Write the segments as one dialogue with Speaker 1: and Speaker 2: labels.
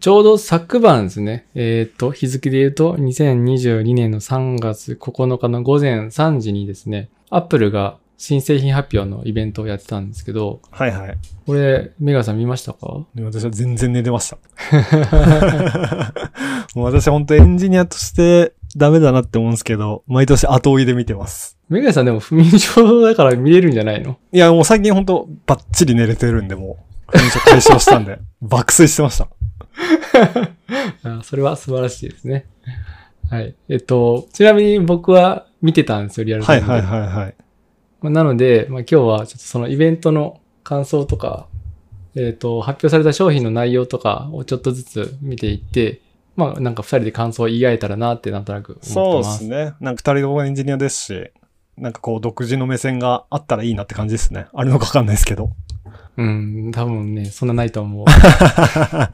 Speaker 1: ちょうど昨晩ですね、えっ、と、日付で言うと、2022年の3月9日の午前3時にですね、アップルが新製品発表のイベントをやってたんですけど、
Speaker 2: はいはい。
Speaker 1: これ、メガさん見ましたか
Speaker 2: で私は全然寝てました。 もう私は本当エンジニアとしてダメだなって思うんですけど、毎年後追いで見てます。
Speaker 1: メガさんでも不眠症だから見れるんじゃないの
Speaker 2: いや、もう最近本当バッチリ寝れてるんで、もう。臨床解消したんで、 爆睡してました。
Speaker 1: あそれは素晴らしいですね。はい。えっと、ちなみに僕は見てたんですよ、リアルタ
Speaker 2: は
Speaker 1: イ
Speaker 2: い
Speaker 1: ムで。
Speaker 2: はいはいはい。
Speaker 1: まあなので、まあ、今日はちょっとそのイベントの感想とか、えっ、と、発表された商品の内容とかをちょっとずつ見ていって、まあなんか二人で感想を言い合えたらなってなんとなく思ってます。
Speaker 2: そうですね。なんか二人ともエンジニアですし、なんかこう独自の目線があったらいいなって感じですね。あるのかわかんないですけど。
Speaker 1: うん、多分ね、そんなないと思う。は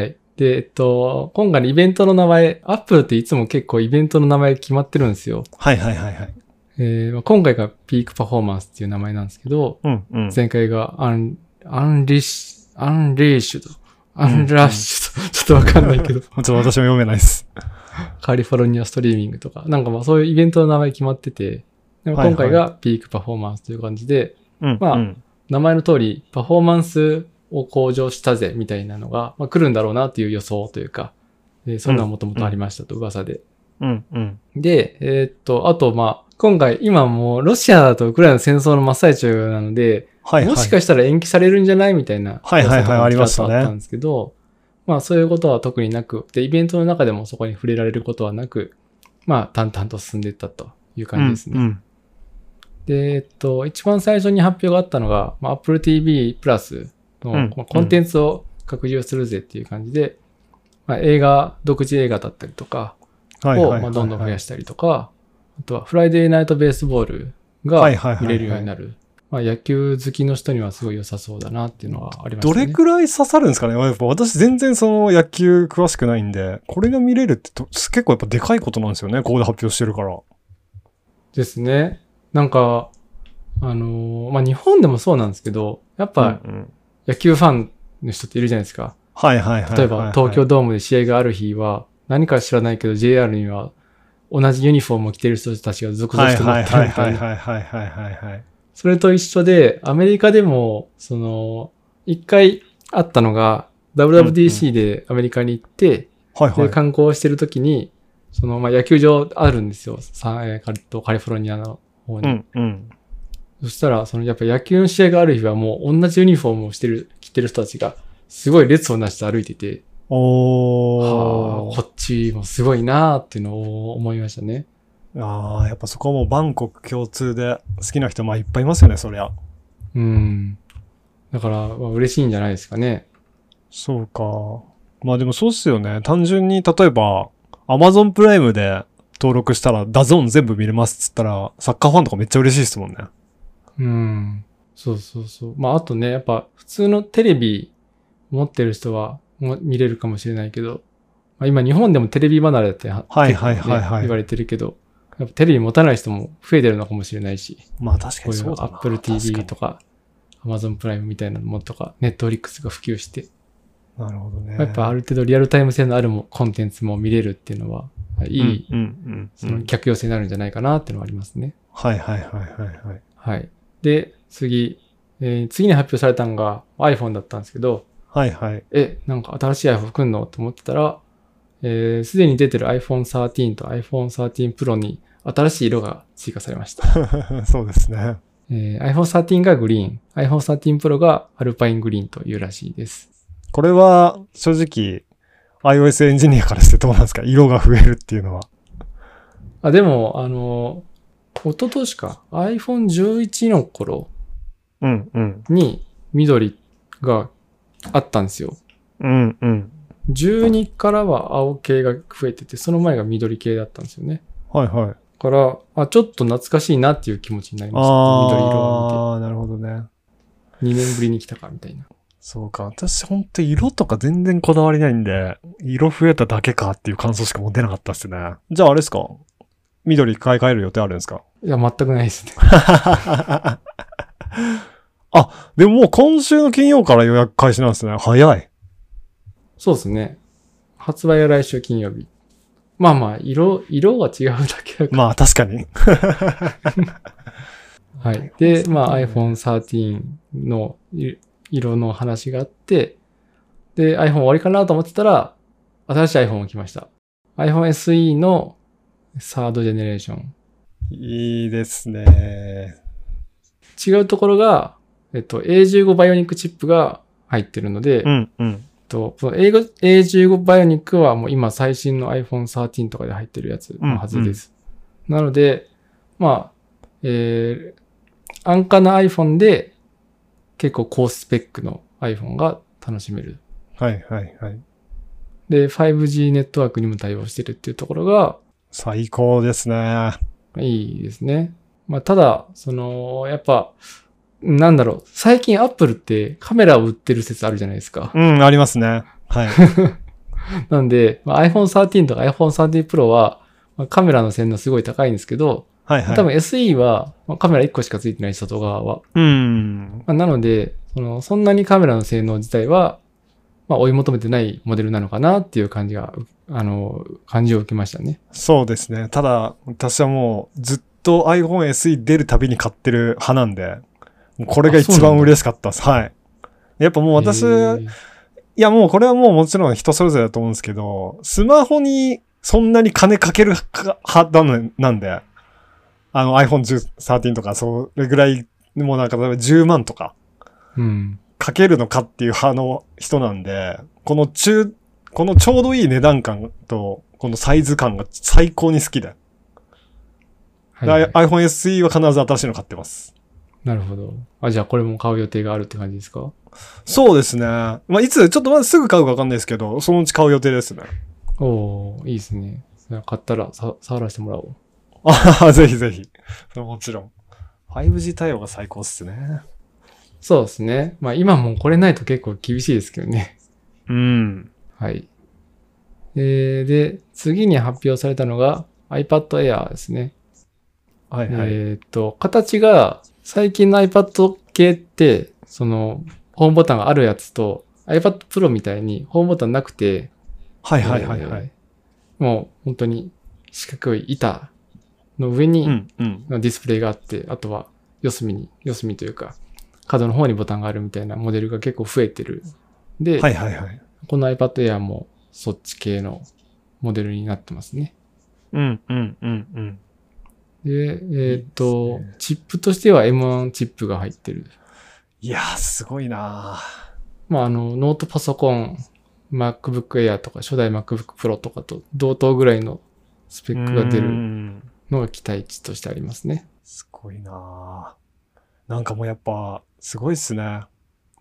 Speaker 1: い。で、えっと、今回のイベントの名前、アップルっていつも結構イベントの名前決まってるんですよ。
Speaker 2: はいはいはいはい。
Speaker 1: えーまあ今回がピークパフォーマンスっていう名前なんですけど、
Speaker 2: うんうん。
Speaker 1: 前回がアン、アンリッシュ、アンリーシュと、アンラッシュと、ちょっとわかんないけど、
Speaker 2: ちょっと私も読めないです。
Speaker 1: カリフォルニアストリーミングとか、なんかまあそういうイベントの名前決まってて、でも
Speaker 2: はいはい
Speaker 1: 今回がピークパフォーマンスという感じで、
Speaker 2: うん、
Speaker 1: まあ
Speaker 2: うん
Speaker 1: 名前の通りパフォーマンスを向上したぜみたいなのが、まあ、来るんだろうなっていう予想というか、えーそんなもともとありましたと噂で。
Speaker 2: うんうん。
Speaker 1: で、えーっと、あとまあ、今回、今もうロシアとウクライナの戦争の真っ最中なので、
Speaker 2: はいはい。
Speaker 1: もしかしたら延期されるんじゃないみたいな。
Speaker 2: はいは
Speaker 1: 噂
Speaker 2: いはい
Speaker 1: とかも
Speaker 2: ありましたね
Speaker 1: ちらっとあったんですけど、まあそういうことは特になく、で、イベントの中でもそこに触れられることはなく、まあ淡々と進んでいったという感じですね。
Speaker 2: うんうん
Speaker 1: で、えっと、一番最初に発表があったのが、まあ、Apple TV プラスの、
Speaker 2: うん
Speaker 1: まあコンテンツを拡充するぜっていう感じで、まあ、映画、独自映画だったりとか
Speaker 2: はいはい
Speaker 1: を、
Speaker 2: はい
Speaker 1: まあ、どんどん増やし
Speaker 2: し
Speaker 1: たりとか、あとはフライデーナイトベースボールが
Speaker 2: はいはいはい
Speaker 1: 見
Speaker 2: はい
Speaker 1: れるようになる。まあ、野球好きの人にはすごい良さそうだなっていうのはありました
Speaker 2: ど
Speaker 1: ね。
Speaker 2: れくらい刺さるんですかねやっぱ私全然その野球詳しくないんで、これが見れるってと結構やっぱでかいことなんですよね。ここで発表してるから。
Speaker 1: ですね。なんか、あのーまあ、日本でもそうなんですけど、やっぱ
Speaker 2: うんうん
Speaker 1: 野球ファンの人っているじゃないですか。
Speaker 2: はいはいはいはいはい。
Speaker 1: 例えば東京ドームで試合がある日は、何か知らないけど JR には同じユニフォームを着てる人たちが続
Speaker 2: は
Speaker 1: 々
Speaker 2: い
Speaker 1: と
Speaker 2: は
Speaker 1: ないってる
Speaker 2: はい
Speaker 1: みた
Speaker 2: はいい
Speaker 1: な。
Speaker 2: はいはいはいはいはい。
Speaker 1: それと一緒で、アメリカでも、その、一回あったのが、WWDC でアメリカに行って、
Speaker 2: はいは
Speaker 1: で、
Speaker 2: い。
Speaker 1: 観光してる時に、その、まあ、野球場あるんですよ。サンえーカリとカリフォルニアの方
Speaker 2: う
Speaker 1: に。
Speaker 2: んうん。
Speaker 1: そしたら、その、やっぱ野球の試合がある日はもう同じユニフォームをしてる、着てる人たちが、すごい列をなして歩いてて、は
Speaker 2: お
Speaker 1: あこ
Speaker 2: ー。
Speaker 1: っちもすごいなーっていうのを思いましたね。
Speaker 2: あーやっぱそこはもうバンコク共通で好きな人まあいっぱいいますよね、そりゃ。
Speaker 1: うん。だから、まあ、嬉しいんじゃないですかね。
Speaker 2: そうか。まあでもそうっすよね。単純に例えば、Amazon プライムで登録したら、ダゾーン全部見れますっつったら、サッカーファンとかめっちゃ嬉しいですもんね。
Speaker 1: うん。そうそうそう。まあ、あとね、やっぱ普通のテレビ持ってる人はもう見れるかもしれないけど、まあ、今日本でもテレビ離れっては、
Speaker 2: はいはいはいはい
Speaker 1: 結構ね言われてるけど、やっぱテレビ持たない人も増えてるのかもしれないし、
Speaker 2: まあ確
Speaker 1: こういう Apple TV とか、Amazon プライムみたいなものとか、Netflix が普及して、
Speaker 2: なるほどね。
Speaker 1: やっぱある程度リアルタイム性のあるもコンテンツも見れるっていうのは、い
Speaker 2: うん、
Speaker 1: い、
Speaker 2: うんうん
Speaker 1: その客寄せになるんじゃないかなっていうのはありますね。
Speaker 2: はいはいはいはいはい。
Speaker 1: はい。で、次、えー次に発表されたのが iPhone だったんですけど、
Speaker 2: はいはい。
Speaker 1: え、なんか新しい iPhone 来んのと思ってたら、す、えー、で、に出てる iPhone 13と iPhone 13 Pro に新しい色が追加されました。
Speaker 2: そうですね。
Speaker 1: えー iPhone 13がグリーン、iPhone 13 Pro がアルパイングリーンというらしいです。
Speaker 2: これは、正直、iOS エンジニアからしてどうなんですか色が増えるっていうのは。
Speaker 1: あ、でも、あの、一昨年か、iPhone 11の頃
Speaker 2: うんうん。
Speaker 1: に緑があったんですよ。
Speaker 2: うんうん。
Speaker 1: 12からは青系が増えてて、その前が緑系だったんですよね。
Speaker 2: はいはい。
Speaker 1: だから、あ、ちょっと懐かしいなっていう気持ちになりました。緑色を
Speaker 2: ああ、なるほどね。
Speaker 1: 見て、2年ぶりに来たかみたいな。
Speaker 2: そうか。私、ほんと色とか全然こだわりないんで、色増えただけかっていう感想しかもう出なかったっすね。じゃあ、あれですか緑買い替える予定あるんですか
Speaker 1: いや、全くないですね。
Speaker 2: あ、でももう今週の金曜から予約開始なんですね。早い。
Speaker 1: そうですね。発売は来週金曜日。まあまあ、色、色は違うだけだか
Speaker 2: まあ確かに。
Speaker 1: ら。はい。で、まあ iPhone 13のい色の話があって、で、iPhone 終わりかなと思ってたら、新しい iPhone が来ました。iPhone SE のサードジェネレーション。
Speaker 2: いいですね。
Speaker 1: 違うところが、えっと、A15 バイオニックチップが入ってるので、
Speaker 2: う
Speaker 1: えっ
Speaker 2: んうん。
Speaker 1: と、この A5 A15 バイオニックはもう今最新の iPhone 13とかで入ってるやつのはずです。なので、まあ、えー、安価な iPhone で結構高スペックの iPhone が楽しめる。
Speaker 2: はいはいはい。
Speaker 1: で、5G ネットワークにも対応してるっていうところが
Speaker 2: 最高ですね。
Speaker 1: いいですね。まあ、ただ、その、やっぱ、なんだろう、最近アップルってカメラを売ってる説あるじゃないですか。
Speaker 2: うん、ありますね。はい。
Speaker 1: なんで、まあ、iPhone 13とか iPhone 13 Pro は、まあカメラの性能すごい高いんですけど、
Speaker 2: はいはい。
Speaker 1: 多分 SE は、まあカメラ1個しかついてない外側は。
Speaker 2: うん。
Speaker 1: まあなのでその、そんなにカメラの性能自体は、まあ、追い求めてないモデルなのかなっていう感じが、うあの、感じを受けましたね。
Speaker 2: そうですね。ただ、私はもうずっと iPhone SE 出るたびに買ってる派なんで、もうこれが
Speaker 1: あ
Speaker 2: 一
Speaker 1: そうなん
Speaker 2: 番
Speaker 1: だ
Speaker 2: 嬉しかったです。はい。やっぱもう私、
Speaker 1: えー
Speaker 2: いやもうこれはもうもちろん人それぞれだと思うんですけど、スマホにそんなに金かけるか派なのなんで、あの iPhone13 とかそれぐらい、もうなんか例えば10万とか
Speaker 1: うん。
Speaker 2: かけるのかっていう派の人なんで、この中、このちょうどいい値段感と、このサイズ感が最高に好きで。
Speaker 1: はいはい、
Speaker 2: で iPhone SE は必ず新しいの買ってます。
Speaker 1: なるほど。あ、じゃあこれも買う予定があるって感じですか
Speaker 2: そうですね。まあ、いつ、ちょっとまだすぐ買うかわかんないですけど、そのうち買う予定ですね。
Speaker 1: おおいいですね。それ買ったらさ触らせてもらおう。
Speaker 2: ああ、ぜひぜひ。それもちろん。5G 対応が最高っすね。
Speaker 1: そうですね。まあ今もうこれないと結構厳しいですけどね。
Speaker 2: うん。
Speaker 1: はい。えー、で、次に発表されたのが iPad Air ですね。
Speaker 2: はいはい。
Speaker 1: えーっと、形が最近の iPad 系って、その、ホームボタンがあるやつと iPad Pro みたいにホームボタンなくて、
Speaker 2: はいはいはいは
Speaker 1: え
Speaker 2: い。
Speaker 1: ーもう本当に四角い板の上に、
Speaker 2: うんうん。
Speaker 1: のディスプレイがあって、あとは四隅に、四隅というか、角の方にボタンがあるみたいなモデルが結構増えてる。で、
Speaker 2: はいはいはい。
Speaker 1: この iPad Air もそっち系のモデルになってますね。
Speaker 2: うんうんうんうん。
Speaker 1: で、えーっ
Speaker 2: いい
Speaker 1: と、
Speaker 2: ですね
Speaker 1: チップとしては M1 チップが入ってる。
Speaker 2: いやー、すごいなー
Speaker 1: まあ、あの、ノートパソコン、MacBook Air とか、初代 MacBook Pro とかと同等ぐらいのスペックが出
Speaker 2: う
Speaker 1: る
Speaker 2: ん
Speaker 1: のが期待値としてありますね。
Speaker 2: すごいなぁ。なんかもうやっぱ、すごいっすね。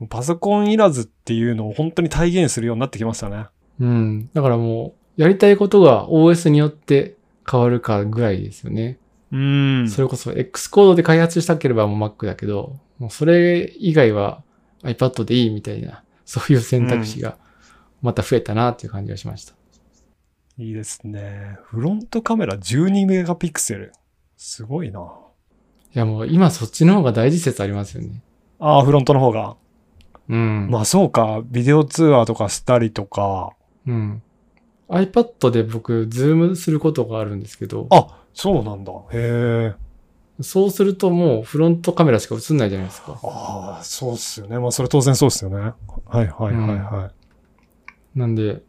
Speaker 2: パソコンいらずっていうのを本当に体現するようになってきましたね。
Speaker 1: うん。だからもう、やりたいことが OS によって変わるかぐらいですよね。
Speaker 2: うん
Speaker 1: それこそ X コードで開発したければもう Mac だけど、もうそれ以外は iPad でいいみたいな、そういう選択肢がまた増えたなっていう感じがしました。
Speaker 2: いいですね。フロントカメラ12メガピクセル。すごいなぁ
Speaker 1: いやもう今そっちの方が大事説ありますよね。
Speaker 2: ああ、フロントの方が。
Speaker 1: うん。
Speaker 2: まあそうか。ビデオ通話とかしたりとか。
Speaker 1: うん。iPad で僕、ズームすることがあるんですけど、
Speaker 2: あ、そうなんだ。へえ。
Speaker 1: そうするともうフロントカメラしか映んないじゃないですか。
Speaker 2: ああ、そうっすよね。まあそれ当然そうっすよね。はいはいはいは
Speaker 1: なんで、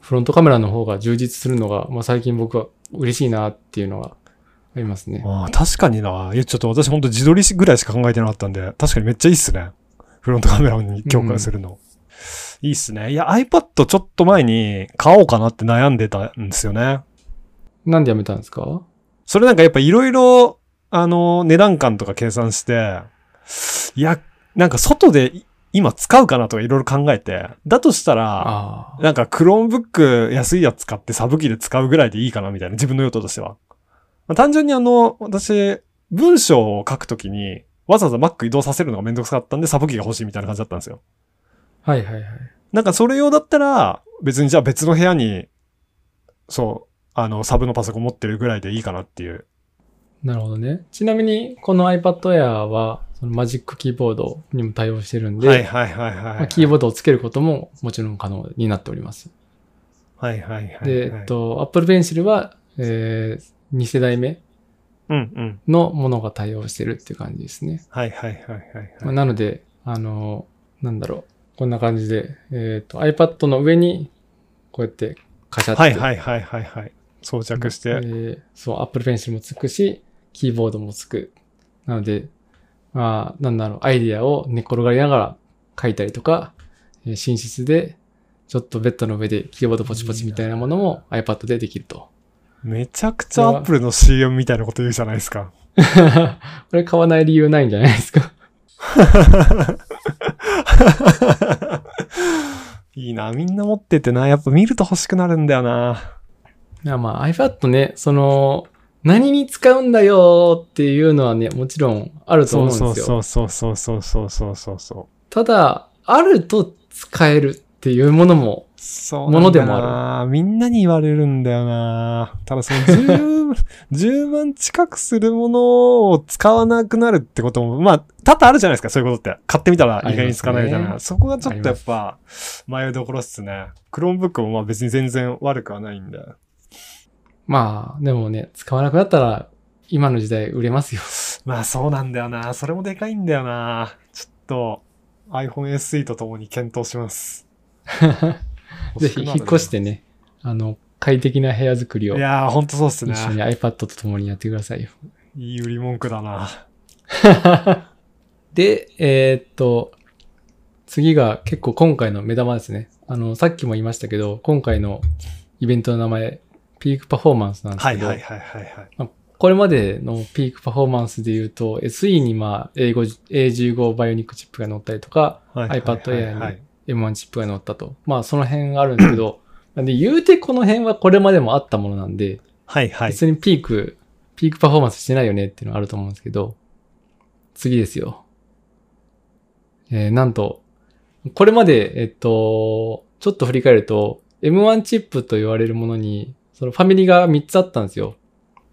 Speaker 1: フロントカメラの方が充実するのが、まあ、最近僕は嬉しいなっていうのはあります
Speaker 2: い。
Speaker 1: ね。
Speaker 2: ああ、確かにな。いや、ちょっと私ほんと自撮りぐらいしか考えてなかったんで、確かにめっちゃいいっすね。フロントカメラに強化するの。いいっすね。いや、iPad ちょっと前に買おうかなって悩んでたんですよね。
Speaker 1: なんでやめたんですか
Speaker 2: それなんかやっぱいろいろ、あの、値段感とか計算して、いや、なんか外でい今使うかなとかいろいろ考えて、だとしたら、
Speaker 1: ああ。
Speaker 2: なんか Chromebook 安いやつ買ってサブ機で使うぐらいでいいかなみたいな、自分の用途としては。まあ単純にあの、私、文章を書くときに、わざわざ Mac 移動させるのがめんどくさかったんで、サブ機が欲しいみたいな感じだったんですよ。
Speaker 1: はいはいはい。
Speaker 2: なんかそれ用だったら、別にじゃあ別の部屋に、そう、あの、サブのパソコン持ってるぐらいでいいかなっていう。
Speaker 1: なるほどね。ちなみに、この iPad Air は、そのマジックキーボードにも対応してるんで、
Speaker 2: はいはいはいはい。
Speaker 1: まあ、キーボードをつけることももちろん可能になっております。
Speaker 2: はいはいはいはい。
Speaker 1: で、えっと、Apple Pencil は、えー、2世代目
Speaker 2: うんうん。
Speaker 1: のものが対応してるっていう感じですね。
Speaker 2: はいはいはいはい
Speaker 1: ま
Speaker 2: は
Speaker 1: あ
Speaker 2: い。
Speaker 1: なので、あの、なんだろう。こんな感じで、えっ、と、iPad の上に、こうやって、カシャって、
Speaker 2: はいはいはいはいはい。装着して。
Speaker 1: えーそう、Apple Pencil もつくし、キーボードもつく。なので、まあ、なんだろう、アイディアを寝転がりながら書いたりとか、えー寝室で、ちょっとベッドの上でキーボードポチポチみたいなものも iPad でできると。
Speaker 2: めちゃくちゃアップルの CM みたいなこと言うじゃないですか。
Speaker 1: これ買わない理由ないんじゃないですか。
Speaker 2: いいな、みんな持っててな、やっぱ見ると欲しくなるんだよな。
Speaker 1: いやまあ iPad ね、その、何に使うんだよっていうのはね、もちろんあると
Speaker 2: そ
Speaker 1: 思うん
Speaker 2: う
Speaker 1: ですよ。
Speaker 2: そうそうそうそうそうそうそうそうそう。
Speaker 1: ただ、あると使えるっていうものも、
Speaker 2: そう
Speaker 1: ものでも
Speaker 2: ある。みんなに言われるんだよな。ただその10、10万 近くするものを使わなくなるってことも、まあ、多々あるじゃないですか、そういうことって。買ってみたら意外に使わないみたい
Speaker 1: あり
Speaker 2: な。
Speaker 1: ま
Speaker 2: そこがちょっとやっぱ、迷いどころっすね。Chromebook もまあ別に全然悪くはないんで。
Speaker 1: まあ、でもね、使わなくなったら、今の時代売れます よ。
Speaker 2: まあそうなんだよな。それもでかいんだよな。ちょっと iPhone SE とともに検討します。
Speaker 1: ぜひ、引っ越してね、あの、快適な部屋作りを
Speaker 2: い
Speaker 1: 一
Speaker 2: やー、ほんとそうっす
Speaker 1: 緒
Speaker 2: ね
Speaker 1: に。iPad と共にやってくださいよ。
Speaker 2: いい売り文句だな。
Speaker 1: で、えーっと、次が結構今回の目玉ですね。あの、さっきも言いましたけど、今回のイベントの名前、ピークパフォーマンスなんです
Speaker 2: は
Speaker 1: け
Speaker 2: い
Speaker 1: ど、
Speaker 2: はいはいはいはい。
Speaker 1: これまでのピークパフォーマンスで言うと、SE にまあ、英語、A15 バイオニックチップが乗ったりとか、
Speaker 2: はいはいはい
Speaker 1: iPad
Speaker 2: はい
Speaker 1: Air に M1 チップが乗ったと。まあ、その辺があるんですけ ど、で、言うてこの辺はこれまでもあったものなんで、
Speaker 2: はいはい。
Speaker 1: 別にピーク、ピークパフォーマンスしてないよねっていうのはあると思うんですけど、次ですよ。えーなんと、これまで、えっと、ちょっと振り返ると、M1 チップと言われるものに、そのファミリーが3つあったんですよ。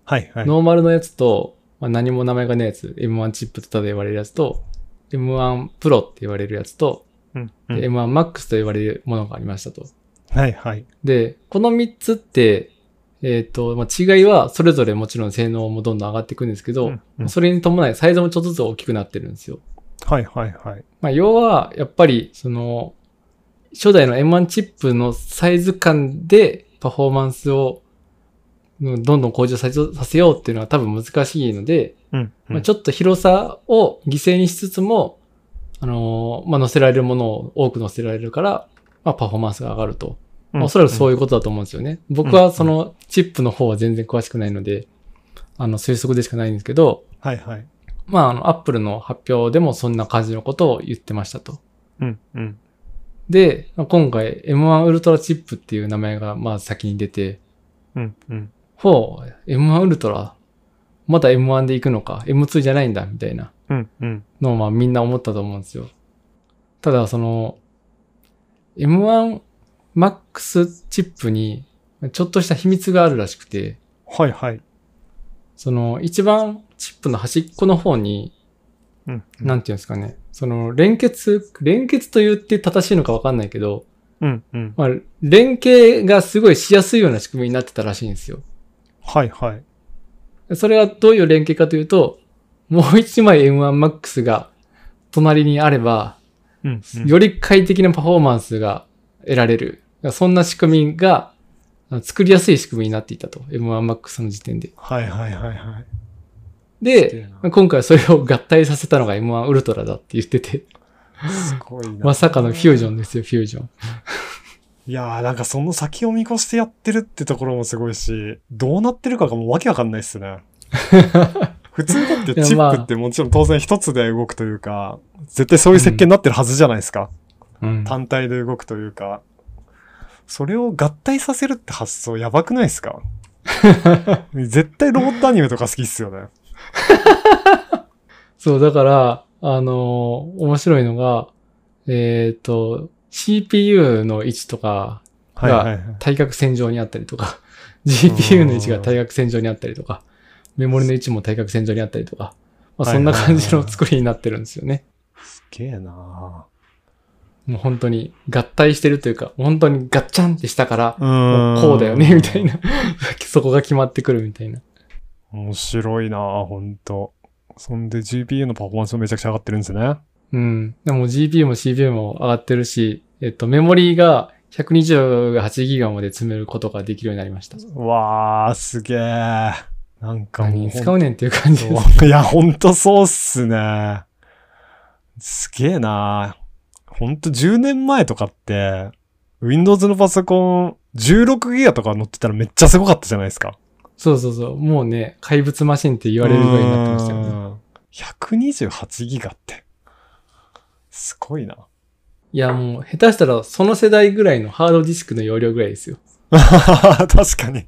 Speaker 2: はいはい。
Speaker 1: ノーマルのやつと、まあ、何も名前がないやつ、M1 チップとただ言われるやつと、M1 プロって言われるやつと、
Speaker 2: うんう
Speaker 1: で
Speaker 2: ん
Speaker 1: M1 マックスと言われるものがありましたと。
Speaker 2: はいはい。
Speaker 1: で、この3つって、えっ、と、まあ、違いはそれぞれもちろん性能もどんどん上がっていくんですけど、
Speaker 2: うんうん
Speaker 1: それに伴いサイズもちょっとずつ大きくなってるんですよ。
Speaker 2: はいはいはい。
Speaker 1: まあ、要は、やっぱり、その、初代の M1 チップのサイズ感でパフォーマンスをうんどんどん向上させさせようっていうのは多分難しいので、
Speaker 2: うんうん。
Speaker 1: まあ、ちょっと広さを犠牲にしつつも、あのーまあ、載せられるものを多く載せられるから、まあ、パフォーマンスが上がると。まあおそらくそう
Speaker 2: い
Speaker 1: いうことだと思うんですよね。僕はそのチップの方は全然詳しくないので、あの推測でしかないんですけど、
Speaker 2: うん。はいはい。
Speaker 1: まあ、あの、アップルの発表でもそんな感じのことを言ってましたと。
Speaker 2: うんうん。
Speaker 1: で、まあ今回 M1 ウルトラチップっていう名前がまあ先に出て、
Speaker 2: うんうん。
Speaker 1: ほう、M1 ウルトラ、まだ M1 で行くのか、M2 じゃないんだ、みたいな
Speaker 2: うんうん。
Speaker 1: のをまあみんな思ったと思うんですよ。ただ、その、M1 Max チップにちょっとした秘密があるらしくて、
Speaker 2: はいはい。
Speaker 1: その一番チップの端っこの方に、
Speaker 2: うんうん。
Speaker 1: なんていうんですかね、その連結、連結と言って正しいのかわかんないけど、
Speaker 2: うんうん。
Speaker 1: まあ、連携がすごいしやすいような仕組みになってたらしいんですよ。
Speaker 2: はいはい。
Speaker 1: それはどういう連携かというと、もう一枚 M1MAX が隣にあれば、
Speaker 2: うんうん。
Speaker 1: より快適なパフォーマンスが得られる。そんな仕組みが作りやすい仕組みになっていたと。M1MAX の時点で。
Speaker 2: はいはいはいはい。
Speaker 1: で、今回それを合体させたのが M1 ウルトラだって言ってて。
Speaker 2: すごいな。
Speaker 1: まさかのフュージョンですよ、フュージョン。
Speaker 2: いやー、なんかその先を見越してやってるってところもすごいし、どうなってるかがもうわけわかんないっ すね。普通だってチップってもちろん当然一つで動くというか、絶対そういう設計になってるはずじゃないですか。
Speaker 1: うん
Speaker 2: 単体で動くというか。それを合体させるって発想やばくないです か絶対ロボットアニメとか好きっすよね。
Speaker 1: そう、だから、あのー面白いのが、えっ、と、CPU の位置とか、
Speaker 2: はいはいはい。
Speaker 1: 対角線上にあったりとか、GPU の位置が対角線上にあったりとか、メモリの位置も対角線上にあったりとか、まあ、
Speaker 2: は
Speaker 1: そ
Speaker 2: いは
Speaker 1: ん
Speaker 2: いは
Speaker 1: ない感じの作りになってるんですよね。
Speaker 2: すげえな
Speaker 1: もう本当に合体してるというか、本当にガッチャンってしたから、も
Speaker 2: ー
Speaker 1: うこうだよね、みたい。な。 そこが決まってくるみたいな。
Speaker 2: 面白いなぁ、ほんと。そんで GPU のパフォーマンスもめちゃくちゃ上がってるんですね。
Speaker 1: うん。でも GPU も CPU も上がってるし、えっと、メモリーが 128GB まで詰めることができるようになりました。
Speaker 2: わー、すげえ。なんかも
Speaker 1: 何
Speaker 2: うほん
Speaker 1: に
Speaker 2: と。
Speaker 1: 使うねんっていう感じです。
Speaker 2: いや、ほんとそうっすね。すげえなほんと10年前とかって、Windows のパソコン16ギガとか載ってたらめっちゃすごかったじゃないですか。
Speaker 1: そうそうそう。もうね、怪物マシンって言われるぐらいになってましたよね。
Speaker 2: うん128ギガって。すごいな。
Speaker 1: いや、もう下手したらその世代ぐらいのハードディスクの容量ぐらいですよ。
Speaker 2: 確かに。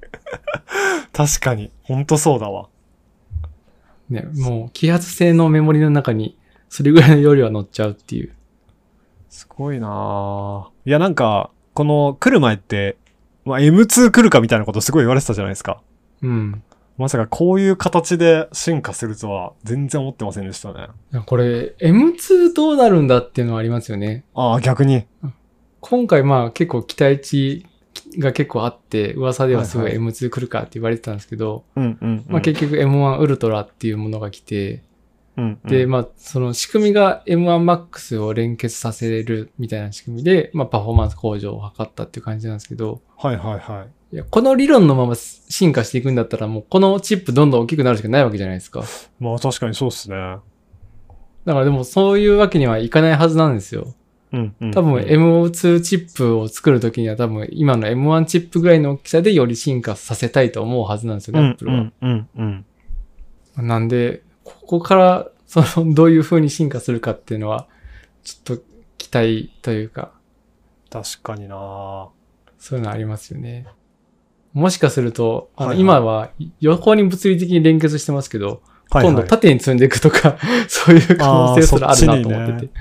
Speaker 2: 確かに。ほんとそうだわ。
Speaker 1: ね、もう揮発性のメモリの中にそれぐらいの容量は乗っちゃうっていう。
Speaker 2: すごいなぁ。いや、なんか、この来る前って、まあ、M2 来るかみたいなことすごい言われてたじゃないですか。
Speaker 1: うん。
Speaker 2: まさかこういう形で進化するとは全然思ってませんでしたね。
Speaker 1: いやこれ、M2 どうなるんだっていうのはありますよね。
Speaker 2: ああ、逆に。
Speaker 1: 今回まあ結構期待値が結構あって、噂ではすぐ
Speaker 2: はい
Speaker 1: M2 来るかって言われてたんですけど、
Speaker 2: うんうん、うん
Speaker 1: まあ結局 M1 ウルトラっていうものが来て、
Speaker 2: うんうん
Speaker 1: で、まあその仕組みが M1MAX を連結させるみたいな仕組みで、まあパフォーマンス向上を図ったっていう感じなんですけど、
Speaker 2: はいはいはい。
Speaker 1: いやこの理論のまま進化していくんだったらもうこのチップどんどん大きくなるしかないわけじゃないですか。
Speaker 2: まあ確かにそうっすね。
Speaker 1: だからでもそういうわけにはいかないはずなんですよ。
Speaker 2: うん、うん。
Speaker 1: 多分 M2 チップを作るときには多分今の M1 チップぐらいの大きさでより進化させたいと思うはずなんですよ
Speaker 2: う
Speaker 1: ね、
Speaker 2: ん
Speaker 1: Apple
Speaker 2: う
Speaker 1: は。
Speaker 2: んうんうん。
Speaker 1: なんで、ここから、その、どういう風に進化するかっていうのは、ちょっと期待というか、
Speaker 2: 確かになぁ。
Speaker 1: そういうのありますよね。もしかすると、あの
Speaker 2: はいはい
Speaker 1: 今は横に物理的に連結してますけど、
Speaker 2: はいはい
Speaker 1: 今度縦に積んでいくとか、 そういう可能性すらあるなと思ってて。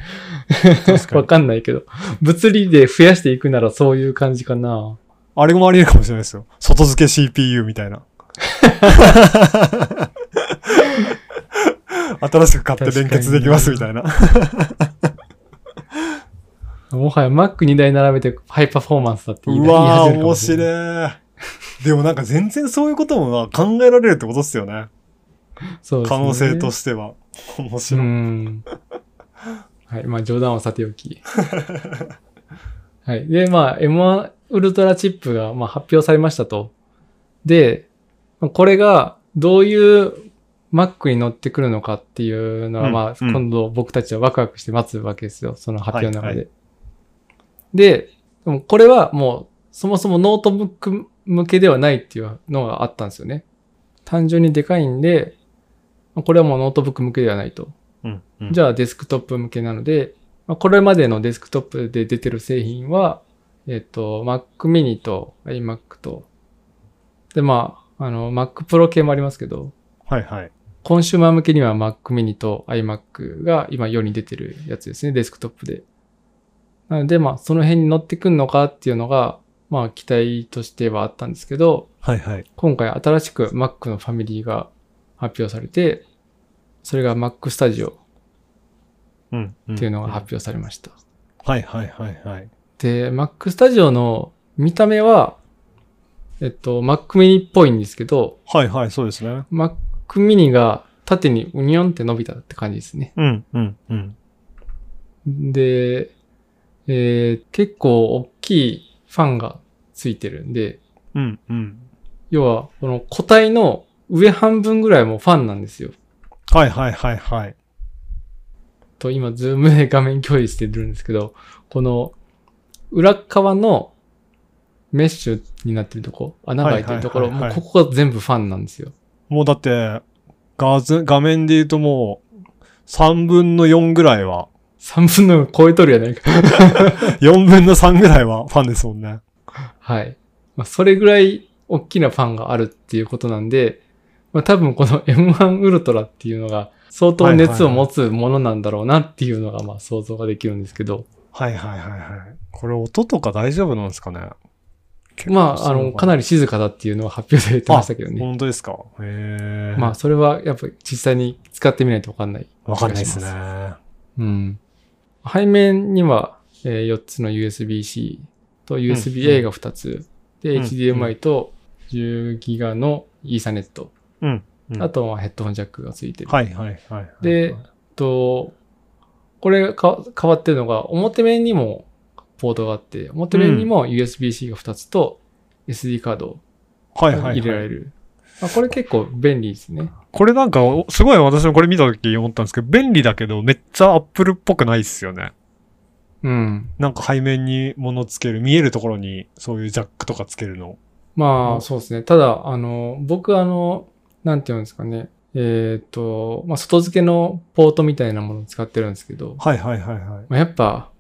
Speaker 2: 確 か
Speaker 1: わ
Speaker 2: に。
Speaker 1: かんないけど、物理で増やしていくならそういう感じかな。
Speaker 2: あれもありえるかもしれないですよ。外付け CPU みた いな。新しく買って連結できますみたいな。
Speaker 1: もはや Mac2 台並べてハイパフォーマンスだって言いう言い
Speaker 2: わ
Speaker 1: 始め
Speaker 2: ー、
Speaker 1: るか
Speaker 2: 面
Speaker 1: もしれない。
Speaker 2: 白い。でもなんか全然そういうこともな考えられるってことっすよね。
Speaker 1: そうです
Speaker 2: 可
Speaker 1: ね
Speaker 2: 能性としては。面白
Speaker 1: う
Speaker 2: い。
Speaker 1: ん。はい。まあ、冗談はさておき。はい。で、まあ、M1 ウルトラチップが、まあ、発表されましたと。で、まあこれが、どういう Mac に乗ってくるのかっていうのは、
Speaker 2: うん
Speaker 1: まあ、
Speaker 2: うん
Speaker 1: 今度僕たちはワクワクして待つわけですよ。その発表の中で。
Speaker 2: はいは
Speaker 1: で、でもこれはもう、そもそもノートブック向けではないっていうのがあったんですよね。単純にでかいんで、まあこれはもうノートブック向けではないと。
Speaker 2: うんうん
Speaker 1: じゃあデスクトップ向けなので、まあ、これまでのデスクトップで出てる製品は、えっ、と、Mac mini と iMac と、で、まあ、あの、Mac Pro 系もありますけど、
Speaker 2: はいはい。
Speaker 1: コンシューマー向けには Mac mini と iMac が今世に出てるやつですね、デスクトップで。なので、まあ、その辺に乗ってくんのかっていうのが、まあ、期待としてはあったんですけど、
Speaker 2: はいはい。
Speaker 1: 今回新しく Mac のファミリーが発表されて、それが Mac Studio
Speaker 2: うん、うん
Speaker 1: っていうのが発表されました。
Speaker 2: はいはいはいはい。
Speaker 1: で、Mac Studio の見た目は、えっと、Mac mini っぽいんですけど、
Speaker 2: はいはい、そうですね。
Speaker 1: Mac mini が縦にうにょんって伸びたって感じですね。
Speaker 2: うんうんうん。
Speaker 1: で、えー結構大きいファンがついてるんで、
Speaker 2: うんうん。
Speaker 1: 要は、この個体の上半分ぐらいもファンなんですよ。
Speaker 2: はいはいはいはい。
Speaker 1: と、今、ズームで画面共有してるんですけど、この裏側のメッシュになってるとこ、穴が開いてるところ、
Speaker 2: はいは
Speaker 1: も
Speaker 2: いは
Speaker 1: う
Speaker 2: いはい
Speaker 1: ここが全部ファンなんですよ。
Speaker 2: もうだって、画ず画面で言うともう、3分の4ぐらいは、
Speaker 1: 3分の4超えとるやないか。
Speaker 2: 4分の3ぐらいはファンですもんね。
Speaker 1: はい。まあ、それぐらい大きなファンがあるっていうことなんで、まあ、多分この M1 ウルトラっていうのが相当熱を持つものなんだろうなっていうのがまあ想像ができるんですけど、
Speaker 2: はいはいはいはい。これ音とか大丈夫なんですかね結構
Speaker 1: まあ、あ
Speaker 2: そう
Speaker 1: の、かなり静かだっていうのは発表されてましたけどね。
Speaker 2: 本当ですか。へえ。
Speaker 1: まあ、それはやっぱ実際に使ってみないとわかんない。
Speaker 2: わかんないですね。
Speaker 1: うん。背面には、え4つの USB-C と USB-A が2つ。
Speaker 2: う
Speaker 1: で、
Speaker 2: ん
Speaker 1: HDMI と10ギガのイーサネット。
Speaker 2: うん。うん
Speaker 1: あとはヘッドホンジャックがついてる。
Speaker 2: はいはいはいはい。
Speaker 1: でと、これがか変わってるのが、表面にもポートがあって、表面にも USB-C が2つと SD カード
Speaker 2: はいはい、は
Speaker 1: が
Speaker 2: い。
Speaker 1: 入れられる。まあこれ結構便利ですね。
Speaker 2: これなんか、すごい私もこれ見た時思ったんですけど、便利だけど、めっちゃアップルっぽくないっすよね。
Speaker 1: うん。
Speaker 2: なんか背面に物つける、見えるところにそういうジャックとかつけるの。
Speaker 1: ま
Speaker 2: うん
Speaker 1: あ、そうですね。ただ、あの、僕、あの、なんていうんですかね。えっ、と、まあ、外付けのポートみたいなものを使ってるんですけど、
Speaker 2: はいはいはいはい。
Speaker 1: まあ、やっぱ、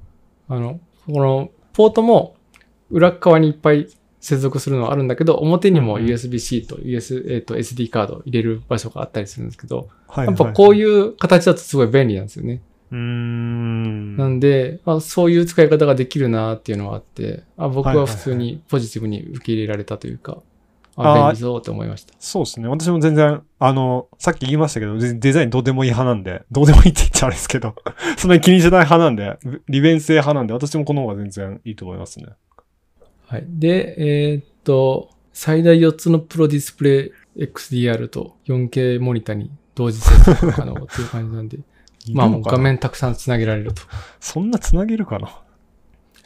Speaker 1: あの、このポートも裏側にいっぱい接続するのはあるんだけど、表にも
Speaker 2: うんうん
Speaker 1: USB-C と US、えっ、と、SD カード入れる場所があったりするんですけど、
Speaker 2: はいは
Speaker 1: や
Speaker 2: い、
Speaker 1: っぱこう
Speaker 2: う。
Speaker 1: いう形だとすごい便利なんですよね。
Speaker 2: うーん。
Speaker 1: なんで、まあ、そういう使い方ができるなっていうのはあって、あ僕
Speaker 2: はいは
Speaker 1: は
Speaker 2: いはい
Speaker 1: 普通にポジティブに受け入れられたというか、
Speaker 2: あー
Speaker 1: あ便利そうって思いました。
Speaker 2: そうですね。私も全然、あの、さっき言いましたけど、デデザインどうでもいい派なんで、どうでもいいって言っちゃあれですけど、 そんなに気にしない派なんで、利便性派なんで、私もこの方が全然いいと思いますね。
Speaker 1: はい。で、えーっと、最大4つのプロディスプレイ XDR と 4K モニタに同時接続が可能っていう感じなんで、まあ
Speaker 2: いる
Speaker 1: も
Speaker 2: の
Speaker 1: う
Speaker 2: かな
Speaker 1: 画。面たくさんつなげられると。
Speaker 2: そんな繋げるかな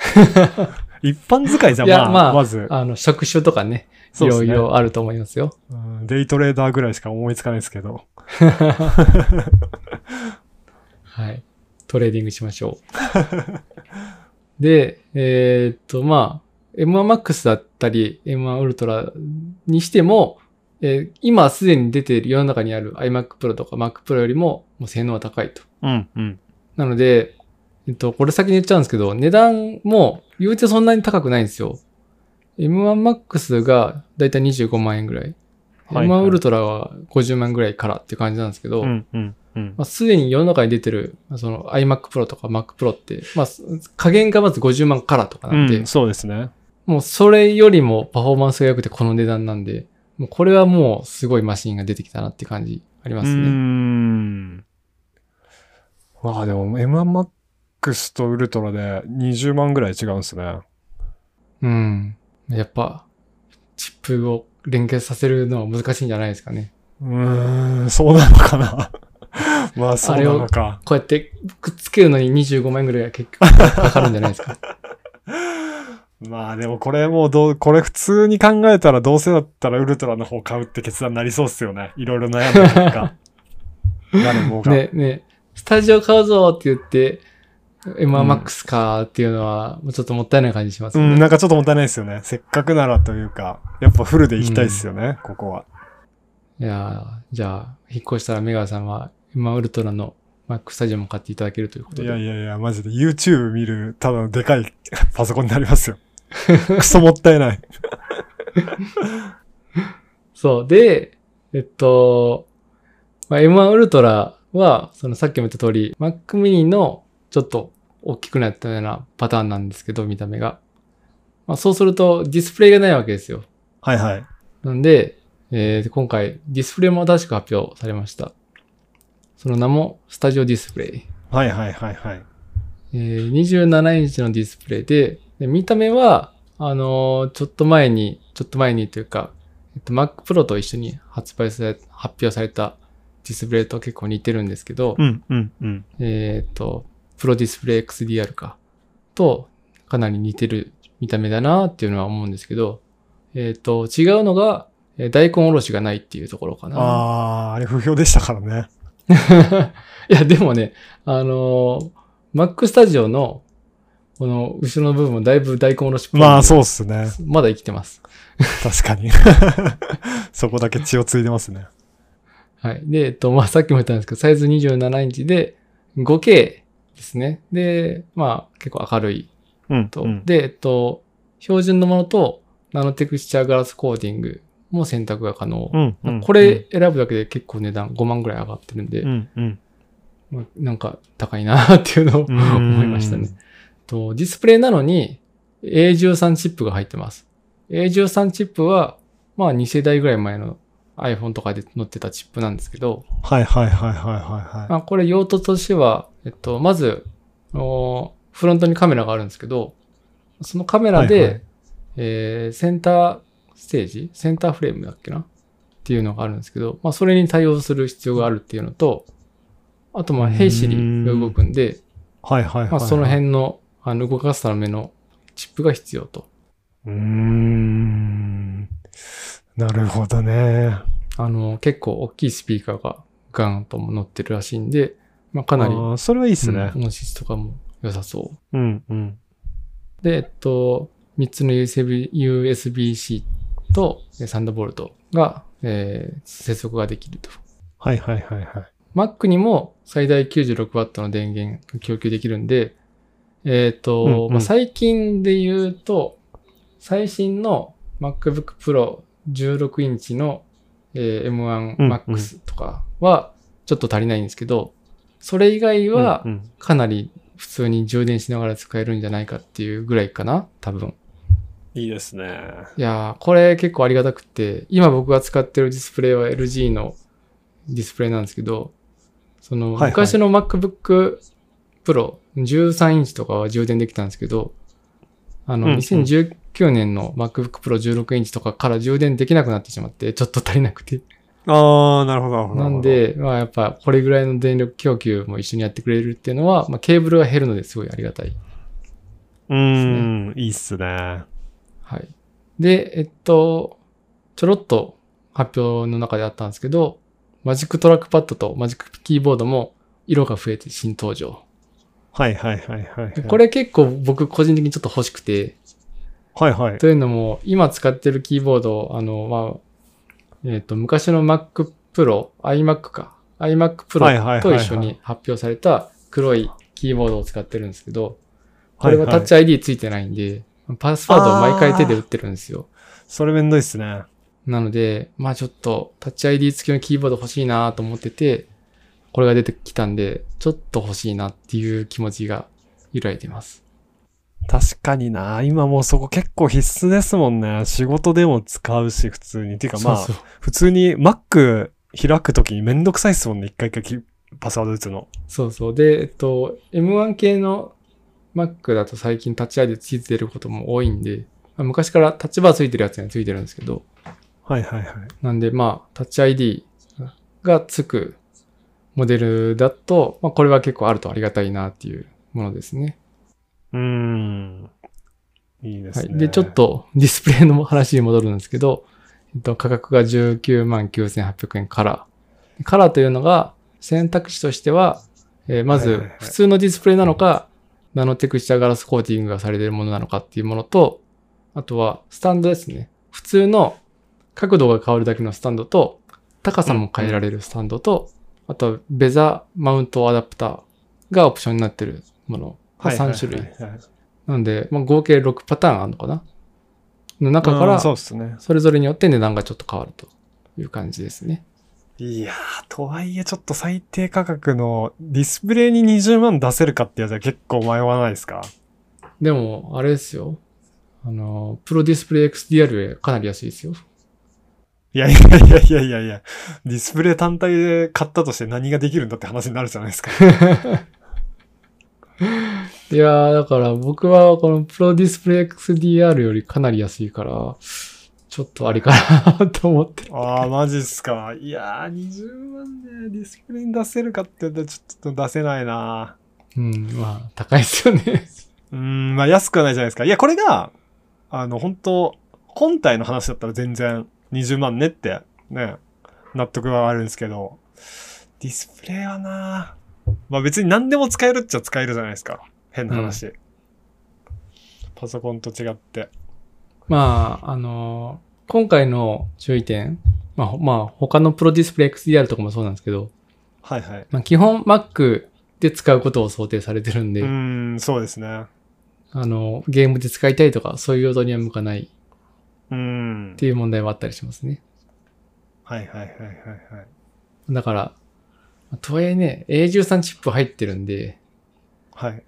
Speaker 2: 一般使いじゃ、
Speaker 1: いや
Speaker 2: まあ、ま
Speaker 1: まあ
Speaker 2: ず、
Speaker 1: あの、職種とかね、い
Speaker 2: そうです
Speaker 1: ろ
Speaker 2: ね
Speaker 1: いろあると思いますよ。
Speaker 2: うんデイトレーダーぐらいしか思いつかないですけど。
Speaker 1: はい。トレーディングしましょ う。で、えーっと、まあ、M1MAX だったり、M1Ultra にしても、えー今すでに出ている世の中にある iMac Pro とか Mac Pro よりももう性能は高いと。
Speaker 2: うん、うん。
Speaker 1: なので、えっと、これ先に言っちゃうんですけど、値段も言うてそんなに高くないんですよ。M1MAX がだいたい25万円ぐらい。
Speaker 2: はい
Speaker 1: M1Ultra は50万円ぐらいからっていう感じなんですけど、
Speaker 2: うん、うん、うん。
Speaker 1: まあ、すでに世の中に出てる、その iMac Pro とか Mac Pro って、まあ、す加減がまず50万からとかなんで、
Speaker 2: うんそうですね。
Speaker 1: もうそれよりもパフォーマンスが良くてこの値段なんで、もうこれはもうすごいマシンが出てきたなっていう感じあります
Speaker 2: うー
Speaker 1: ね。
Speaker 2: ん。まあでも M1MAX とウルトラで20万ぐらい違うんですね。
Speaker 1: うん。やっぱ、チップを連結させるのは難しいんじゃないですかね。
Speaker 2: うーん、そうなのかな。 まあそうなのか。
Speaker 1: こうやってくっつけるのに25万円ぐらいは結局かかるんじゃない ですか。
Speaker 2: まあでもこれもうどう、これ普通に考えたらどうせだったらウルトラの方買うって決断になりそうっすよね。いろいろ悩んだ結 果。誰もが。
Speaker 1: ね、ね、スタジオ買うぞって言って、M1MAX かーっていうのは、もうちょっともったいない感じします
Speaker 2: う
Speaker 1: よね。
Speaker 2: ん、なんかちょっともったいないですよね。せっかくならというか、やっぱフルで行きたいですよね、ここは。
Speaker 1: いやーじゃあ、引っ越したらメガさんは、今ウルトラの Mac スタジオも買っていただけるということ
Speaker 2: い
Speaker 1: で。
Speaker 2: やいやいや、マジで YouTube 見る、ただのでかい パソコンになりますよ。 クソもったいない。
Speaker 1: そう。で、えっと、まあ、M1 ウルトラは、そのさっきも言った通り、Mac mini のちょっと大きくなったようなパターンなんですけど、見た目が。まあ、そうするとディスプレイがないわけですよ。
Speaker 2: はいはい。
Speaker 1: なんで、えー今回ディスプレイも新しく発表されました。その名もスタジオディスプレイ。
Speaker 2: はいはいはいはい。
Speaker 1: えー27インチのディスプレイで、で見た目は、あのーちょっと前に、ちょっと前にというか、えっと、Mac Pro と一緒に発売され、発表されたディスプレイと結構似てるんですけど、
Speaker 2: うんうんうん。
Speaker 1: えーっと、Pro Display XDR か、とかなり似てる見た目だなっていうのは思うんですけど、えーっと、違うのが、えー大根おろしがないっていうところかな。
Speaker 2: あー、あれ不評でしたからね。
Speaker 1: いや、でもね、あのー、Mac Studio の、この、後ろの部分もだいぶ大根おろしっぽいんで
Speaker 2: まあそうっすね。
Speaker 1: まだ生きてます。
Speaker 2: 確かに。 そこだけ血をついでますね。
Speaker 1: はい。で、えっと、まあ、さっきも言ったんですけど、サイズ27インチで、5K ですね。で、まあ、結構明るい
Speaker 2: うん
Speaker 1: と。で、えっと、標準のものと、ナノテクスチャーグラスコーティングも選択が可能。
Speaker 2: ん
Speaker 1: まあこれ、選ぶだけで結構値段5万ぐらい上がってるんで、
Speaker 2: うんうん。
Speaker 1: まあ、なんか高いなっていうのを思いましたね。とディスプレイなのに A13 チップが入ってます。 A13 チップは、まあ2世代ぐらい前の iPhone とかで載ってたチップなんですけど、
Speaker 2: はいはいはいはいはいは
Speaker 1: まあこれ用途としては、えっと、まず、おフロントにカメラがあるんですけど、そのカメラで、
Speaker 2: はいはい
Speaker 1: えーセンターステージセンターフレームだっけなっていうのがあるんですけど、まあそれに対応する必要があるっていうのと、あとまあ、ヘイシリが動くんで、
Speaker 2: い。はいはいはい。
Speaker 1: まあその。辺の、あの、動かすためのチップが必要と。
Speaker 2: うーん。なるほどね。
Speaker 1: あの、結構大きいスピーカーがガーンとも乗ってるらしいんで、まあ、かなり、
Speaker 2: あ
Speaker 1: うん
Speaker 2: ーそれはいいっすね。
Speaker 1: 音質とかも良さそ
Speaker 2: うんうん。
Speaker 1: う。で、えっと、3つの USB USB-C とえーサンダーボルトが、えー接続ができると。
Speaker 2: はいはいはいはい。
Speaker 1: Mac にも最大 96W の電源が供給できるんで、えっ、と、
Speaker 2: うんうん
Speaker 1: まあ、最近で言うと、最新の MacBook Pro 16インチの、えー
Speaker 2: うん
Speaker 1: M1 Max とかはちょっと足りないんですけど、それ以外は
Speaker 2: うんうん
Speaker 1: かなり普通に充電しながら使えるんじゃないかっていうぐらいかな、多分。
Speaker 2: いいですね。
Speaker 1: いやー、これ結構ありがたくて、今僕が使ってるディスプレイは LG のディスプレイなんですけど、その、
Speaker 2: はいはい
Speaker 1: 昔の MacBook Pro 13インチとかは充電できたんですけど、あの、
Speaker 2: うんうん
Speaker 1: 2019年の MacBook Pro 16インチとかから充電できなくなってしまって、ちょっと足りなくて。
Speaker 2: ああ、なるほどなるほど。
Speaker 1: なん、で、まあやっぱこれぐらいの電力供給も一緒にやってくれるっていうのは、まあケーブルが減るのですごいありがたい。
Speaker 2: うーん、いいっすね。
Speaker 1: はい。で、えっと、ちょろっと発表の中であったんですけど、マジックトラックパッドとマジックキーボードも色が増えて新登場。
Speaker 2: はいはいはいはいはい。
Speaker 1: でこれ結構僕個人的にちょっと欲しくて、
Speaker 2: はいはい。
Speaker 1: というのも今使ってるキーボード、あの、まあ、えっと、昔の Mac Pro、iMac か、iMac
Speaker 2: はいはいはいは
Speaker 1: Pro と
Speaker 2: い
Speaker 1: 一緒に発表された黒いキーボードを使ってるんですけど、これはタッチ
Speaker 2: いい
Speaker 1: ID ついてないんで、パスワードを毎回手で打ってるんですよ。
Speaker 2: それめんどいっすね。
Speaker 1: なので、まあちょっと、タッチ ID 付きのキーボード欲しいなと思ってて、これが出てきたんで、ちょっと欲しいなっていう気持ちが揺らいでます。
Speaker 2: 確かにな。今もうそこ結構必須ですもんね。仕事でも使うし、普通に。ていうかまあ、
Speaker 1: そうそう
Speaker 2: 普通に Mac 開くときにめんどくさいっすもんね。一回一回きパスワード打つの。
Speaker 1: そうそう。で、えっと、M1 系の Mac だと最近タッチ ID 付いてることも多いんで、まあ昔からタッチバー付いてるやつには付いてるんですけど、
Speaker 2: はいはいはい。
Speaker 1: なんでまあ、タッチ ID が付くモデルだと、まあこれは結構あるとありがたいなっていうものですね。
Speaker 2: うーん。いいで
Speaker 1: は
Speaker 2: す
Speaker 1: い、
Speaker 2: ね。
Speaker 1: で、ちょっ。とディスプレイの話に戻るんですけど、えっと、価格が19万9800円カラー。カラーというのが選択肢としては、えーま
Speaker 2: はい
Speaker 1: ず
Speaker 2: はいはい
Speaker 1: 普通のディスプレイなのか、ナノテクスチャーガラスコーティングがされているものなのかっていうものと、あとはスタンドですね。普通の角度が変わるだけのスタンドと、高さも変えられるスタンドと、あとはベザマウントアダプターがオプションになっているもの。3種類
Speaker 2: はいはいはい
Speaker 1: なんで、まあ、合計6パターンあるのかなの中か
Speaker 2: う
Speaker 1: ら
Speaker 2: ん、そうっすね。
Speaker 1: それぞれによって値段がちょっと変わるという感じですね。
Speaker 2: いやー、とはいえちょっと最低価格のディスプレイに20万出せるかってやつは結構迷わないですか
Speaker 1: でも、あれですよ。あの、プロディスプレイ XDR よりかなり安いですよ。
Speaker 2: いやいやいやいやいやいや、ディスプレイ単体で買ったとして何ができるんだって話になるじゃないですか。
Speaker 1: いやー、だから僕はこのプロディスプレイ XDR よりかなり安いから、ちょっとありかなと思って。
Speaker 2: ああ、マジっすか。いやー、20万でディスプレイに出せるかって言ったらちょっと出せないな
Speaker 1: うん、まあ、高いですよね。
Speaker 2: うーん、まあ安くはないじゃないですか。いや、これが、あの、本当本体の話だったら全然20万ねって、ね、納得はあるんですけど、ディスプレイはなまあ別に何でも使えるっちゃ使えるじゃないですか。変な話。パソコンと違って。
Speaker 1: まあ、あの今回の注意点、まあ、ほまあ、他のプロディスプレイ XDR とかもそうなんですけど、
Speaker 2: はいはい。
Speaker 1: まあ、基本 Mac で使うことを想定されてるんで、
Speaker 2: うーん、そうですね。
Speaker 1: あの、ゲームで使いたいとか、そういう用途には向かないっ
Speaker 2: うーん。
Speaker 1: ていう問題もあったりしますね。
Speaker 2: はいはいはいはいはい。
Speaker 1: だから、とはいえね、A13 チップ入ってるんで、
Speaker 2: はい。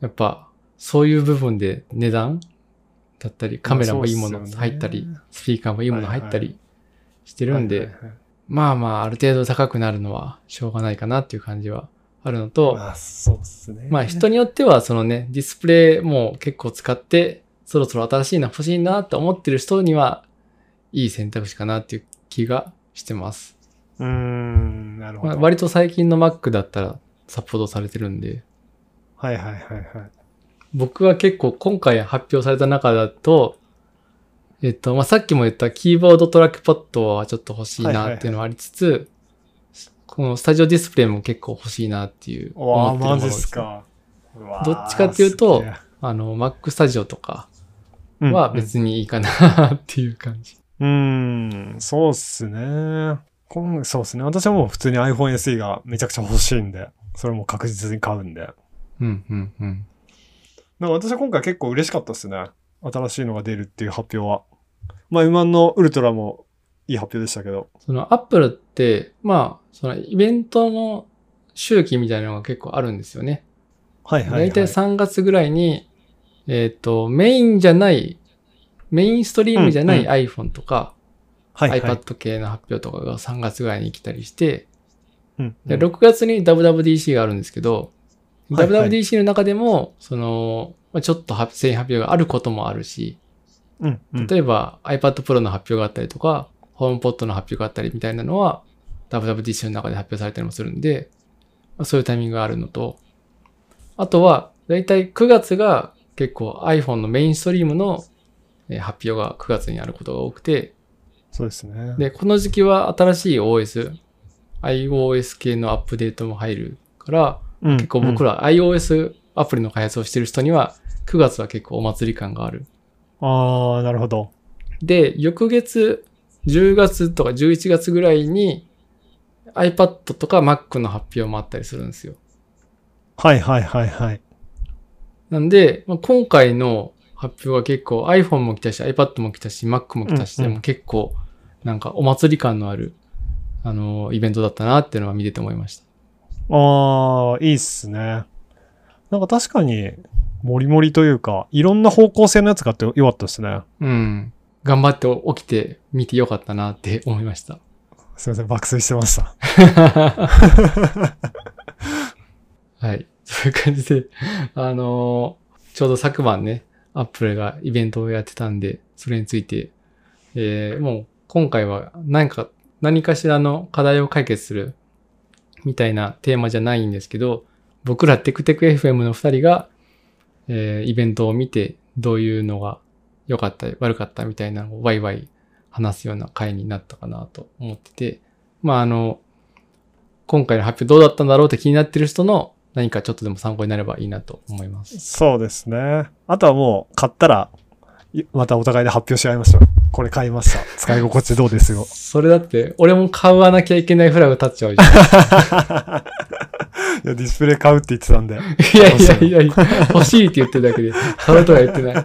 Speaker 1: やっぱ、そういう部分で値段だったり、カメラもいいもの
Speaker 2: まあそうっすよね
Speaker 1: 入ったり、スピーカーもいいもの入ったりしてるんで、
Speaker 2: はいはいはい
Speaker 1: まあまあ、ある程度高くなるのはしょうがないかなっていう感じはあるのと、
Speaker 2: まあ、そうですね。
Speaker 1: まあ人によってはそのね、ディスプレイも結構使って、そろそろ新しいの欲しいなと思ってる人には、いい選択肢かなっていう気がしてます。
Speaker 2: うーん、なるほ
Speaker 1: まあ、
Speaker 2: ど。
Speaker 1: 割と最近の Mac だったらサポートされてるんで、
Speaker 2: はいはいはいはい。
Speaker 1: 僕は結構今回発表された中だと、えっと、まあ、さっきも言ったキーボードトラックパッドはちょっと欲しいなっていうのはありつつ、このスタジオディスプレイも結構欲しいなっていう
Speaker 2: うわあ、
Speaker 1: 思ってるも
Speaker 2: マ
Speaker 1: の
Speaker 2: ジ
Speaker 1: で
Speaker 2: っ
Speaker 1: す
Speaker 2: すか。うわー
Speaker 1: どっちかっていうと
Speaker 2: すげえ
Speaker 1: あの、Mac スタジオとか
Speaker 2: うん
Speaker 1: は別にいいかなっていう感じ。
Speaker 2: うん、うんそうっすね。今そうっすね。私はもう普通に iPhone SE がめちゃくちゃ欲しいんで、それも確実に買うんで。
Speaker 1: うん、うん、うん。
Speaker 2: なんか私は今回結構嬉しかったっすね。新しいのが出るっていう発表は。まあ、M1 のウルトラもいい発表でしたけど。
Speaker 1: その Apple って、まあ、そのイベントの周期みたいなのが結構あるんですよね。
Speaker 2: はいはい、はい。
Speaker 1: 大体3月ぐらいに、えっ、と、メインじゃない、メインストリームじゃな
Speaker 2: う
Speaker 1: い
Speaker 2: ん
Speaker 1: iPhone とか、
Speaker 2: はいはい、
Speaker 1: iPad 系の発表とかが3月ぐらいに来たりして、
Speaker 2: うんう
Speaker 1: で
Speaker 2: ん
Speaker 1: 6月に WWDC があるんですけど、
Speaker 2: はいはい
Speaker 1: WWDC の中でも、その、まあちょっとは製品発表があることもあるし、
Speaker 2: うんうん
Speaker 1: 例えば iPad Pro の発表があったりとか、HomePod の発表があったりみたいなのは、WWDC の中で発表されたりもするんで、まあそういうタイミングがあるのと、あとは、だいたい9月が結構 iPhone のメインストリームのえー発表が9月にあることが多くて、
Speaker 2: そうですね。
Speaker 1: で、この時期は新しい OS、iOS 系のアップデートも入るから、
Speaker 2: うん
Speaker 1: 結構僕
Speaker 2: ら、
Speaker 1: ら iOS アプリの開発をしてる人には、9月は結構お祭り感がある。
Speaker 2: ああ、なるほど。
Speaker 1: で、翌月、10月とか11月ぐらいに iPad とか Mac の発表もあったりするんですよ。
Speaker 2: はいはいはいはい。
Speaker 1: なんで、まあ、今回の発表は結構 iPhone も来たし iPad も来たし Mac も来たし、
Speaker 2: うんうん
Speaker 1: でも結構なんかお祭り感のある、あの、イベントだったなっていうのは見てて思いました。
Speaker 2: ああ、いいっすね。なんか確かに、モリモリというか、いろんな方向性のやつがあってよかったですね。
Speaker 1: うん。頑張って起きて見てよかったなって思いま した。
Speaker 2: すいません、爆睡してました。
Speaker 1: はい。そういう感じで、あのーちょうど昨晩ね、アップルがイベントをやってたんで、それについて、えーもう今回は何か、何かしらの課題を解決するみたいなテーマじゃないんですけど、僕らテクテク FM の2人が、えーイベントを見て、どういうのが良かった、悪かったみたいなのをワイワイ話すような回になったかなと思ってて、まああの、今回の発表どうだったんだろうって気になってる人の何かちょっとでも参考になればいいなと思います。。
Speaker 2: そうですね。あとはもう、買ったら、いまたお互いで発表し合いましょう。これ買いました。 使い心地どうですよ
Speaker 1: それだって、俺も買わなきゃいけないフラグ立っちゃうじゃ
Speaker 2: いや、ディスプレイ買うって言ってたんで。
Speaker 1: ん。いやいやいや、欲しいって言ってるだけで、買うとは言ってない。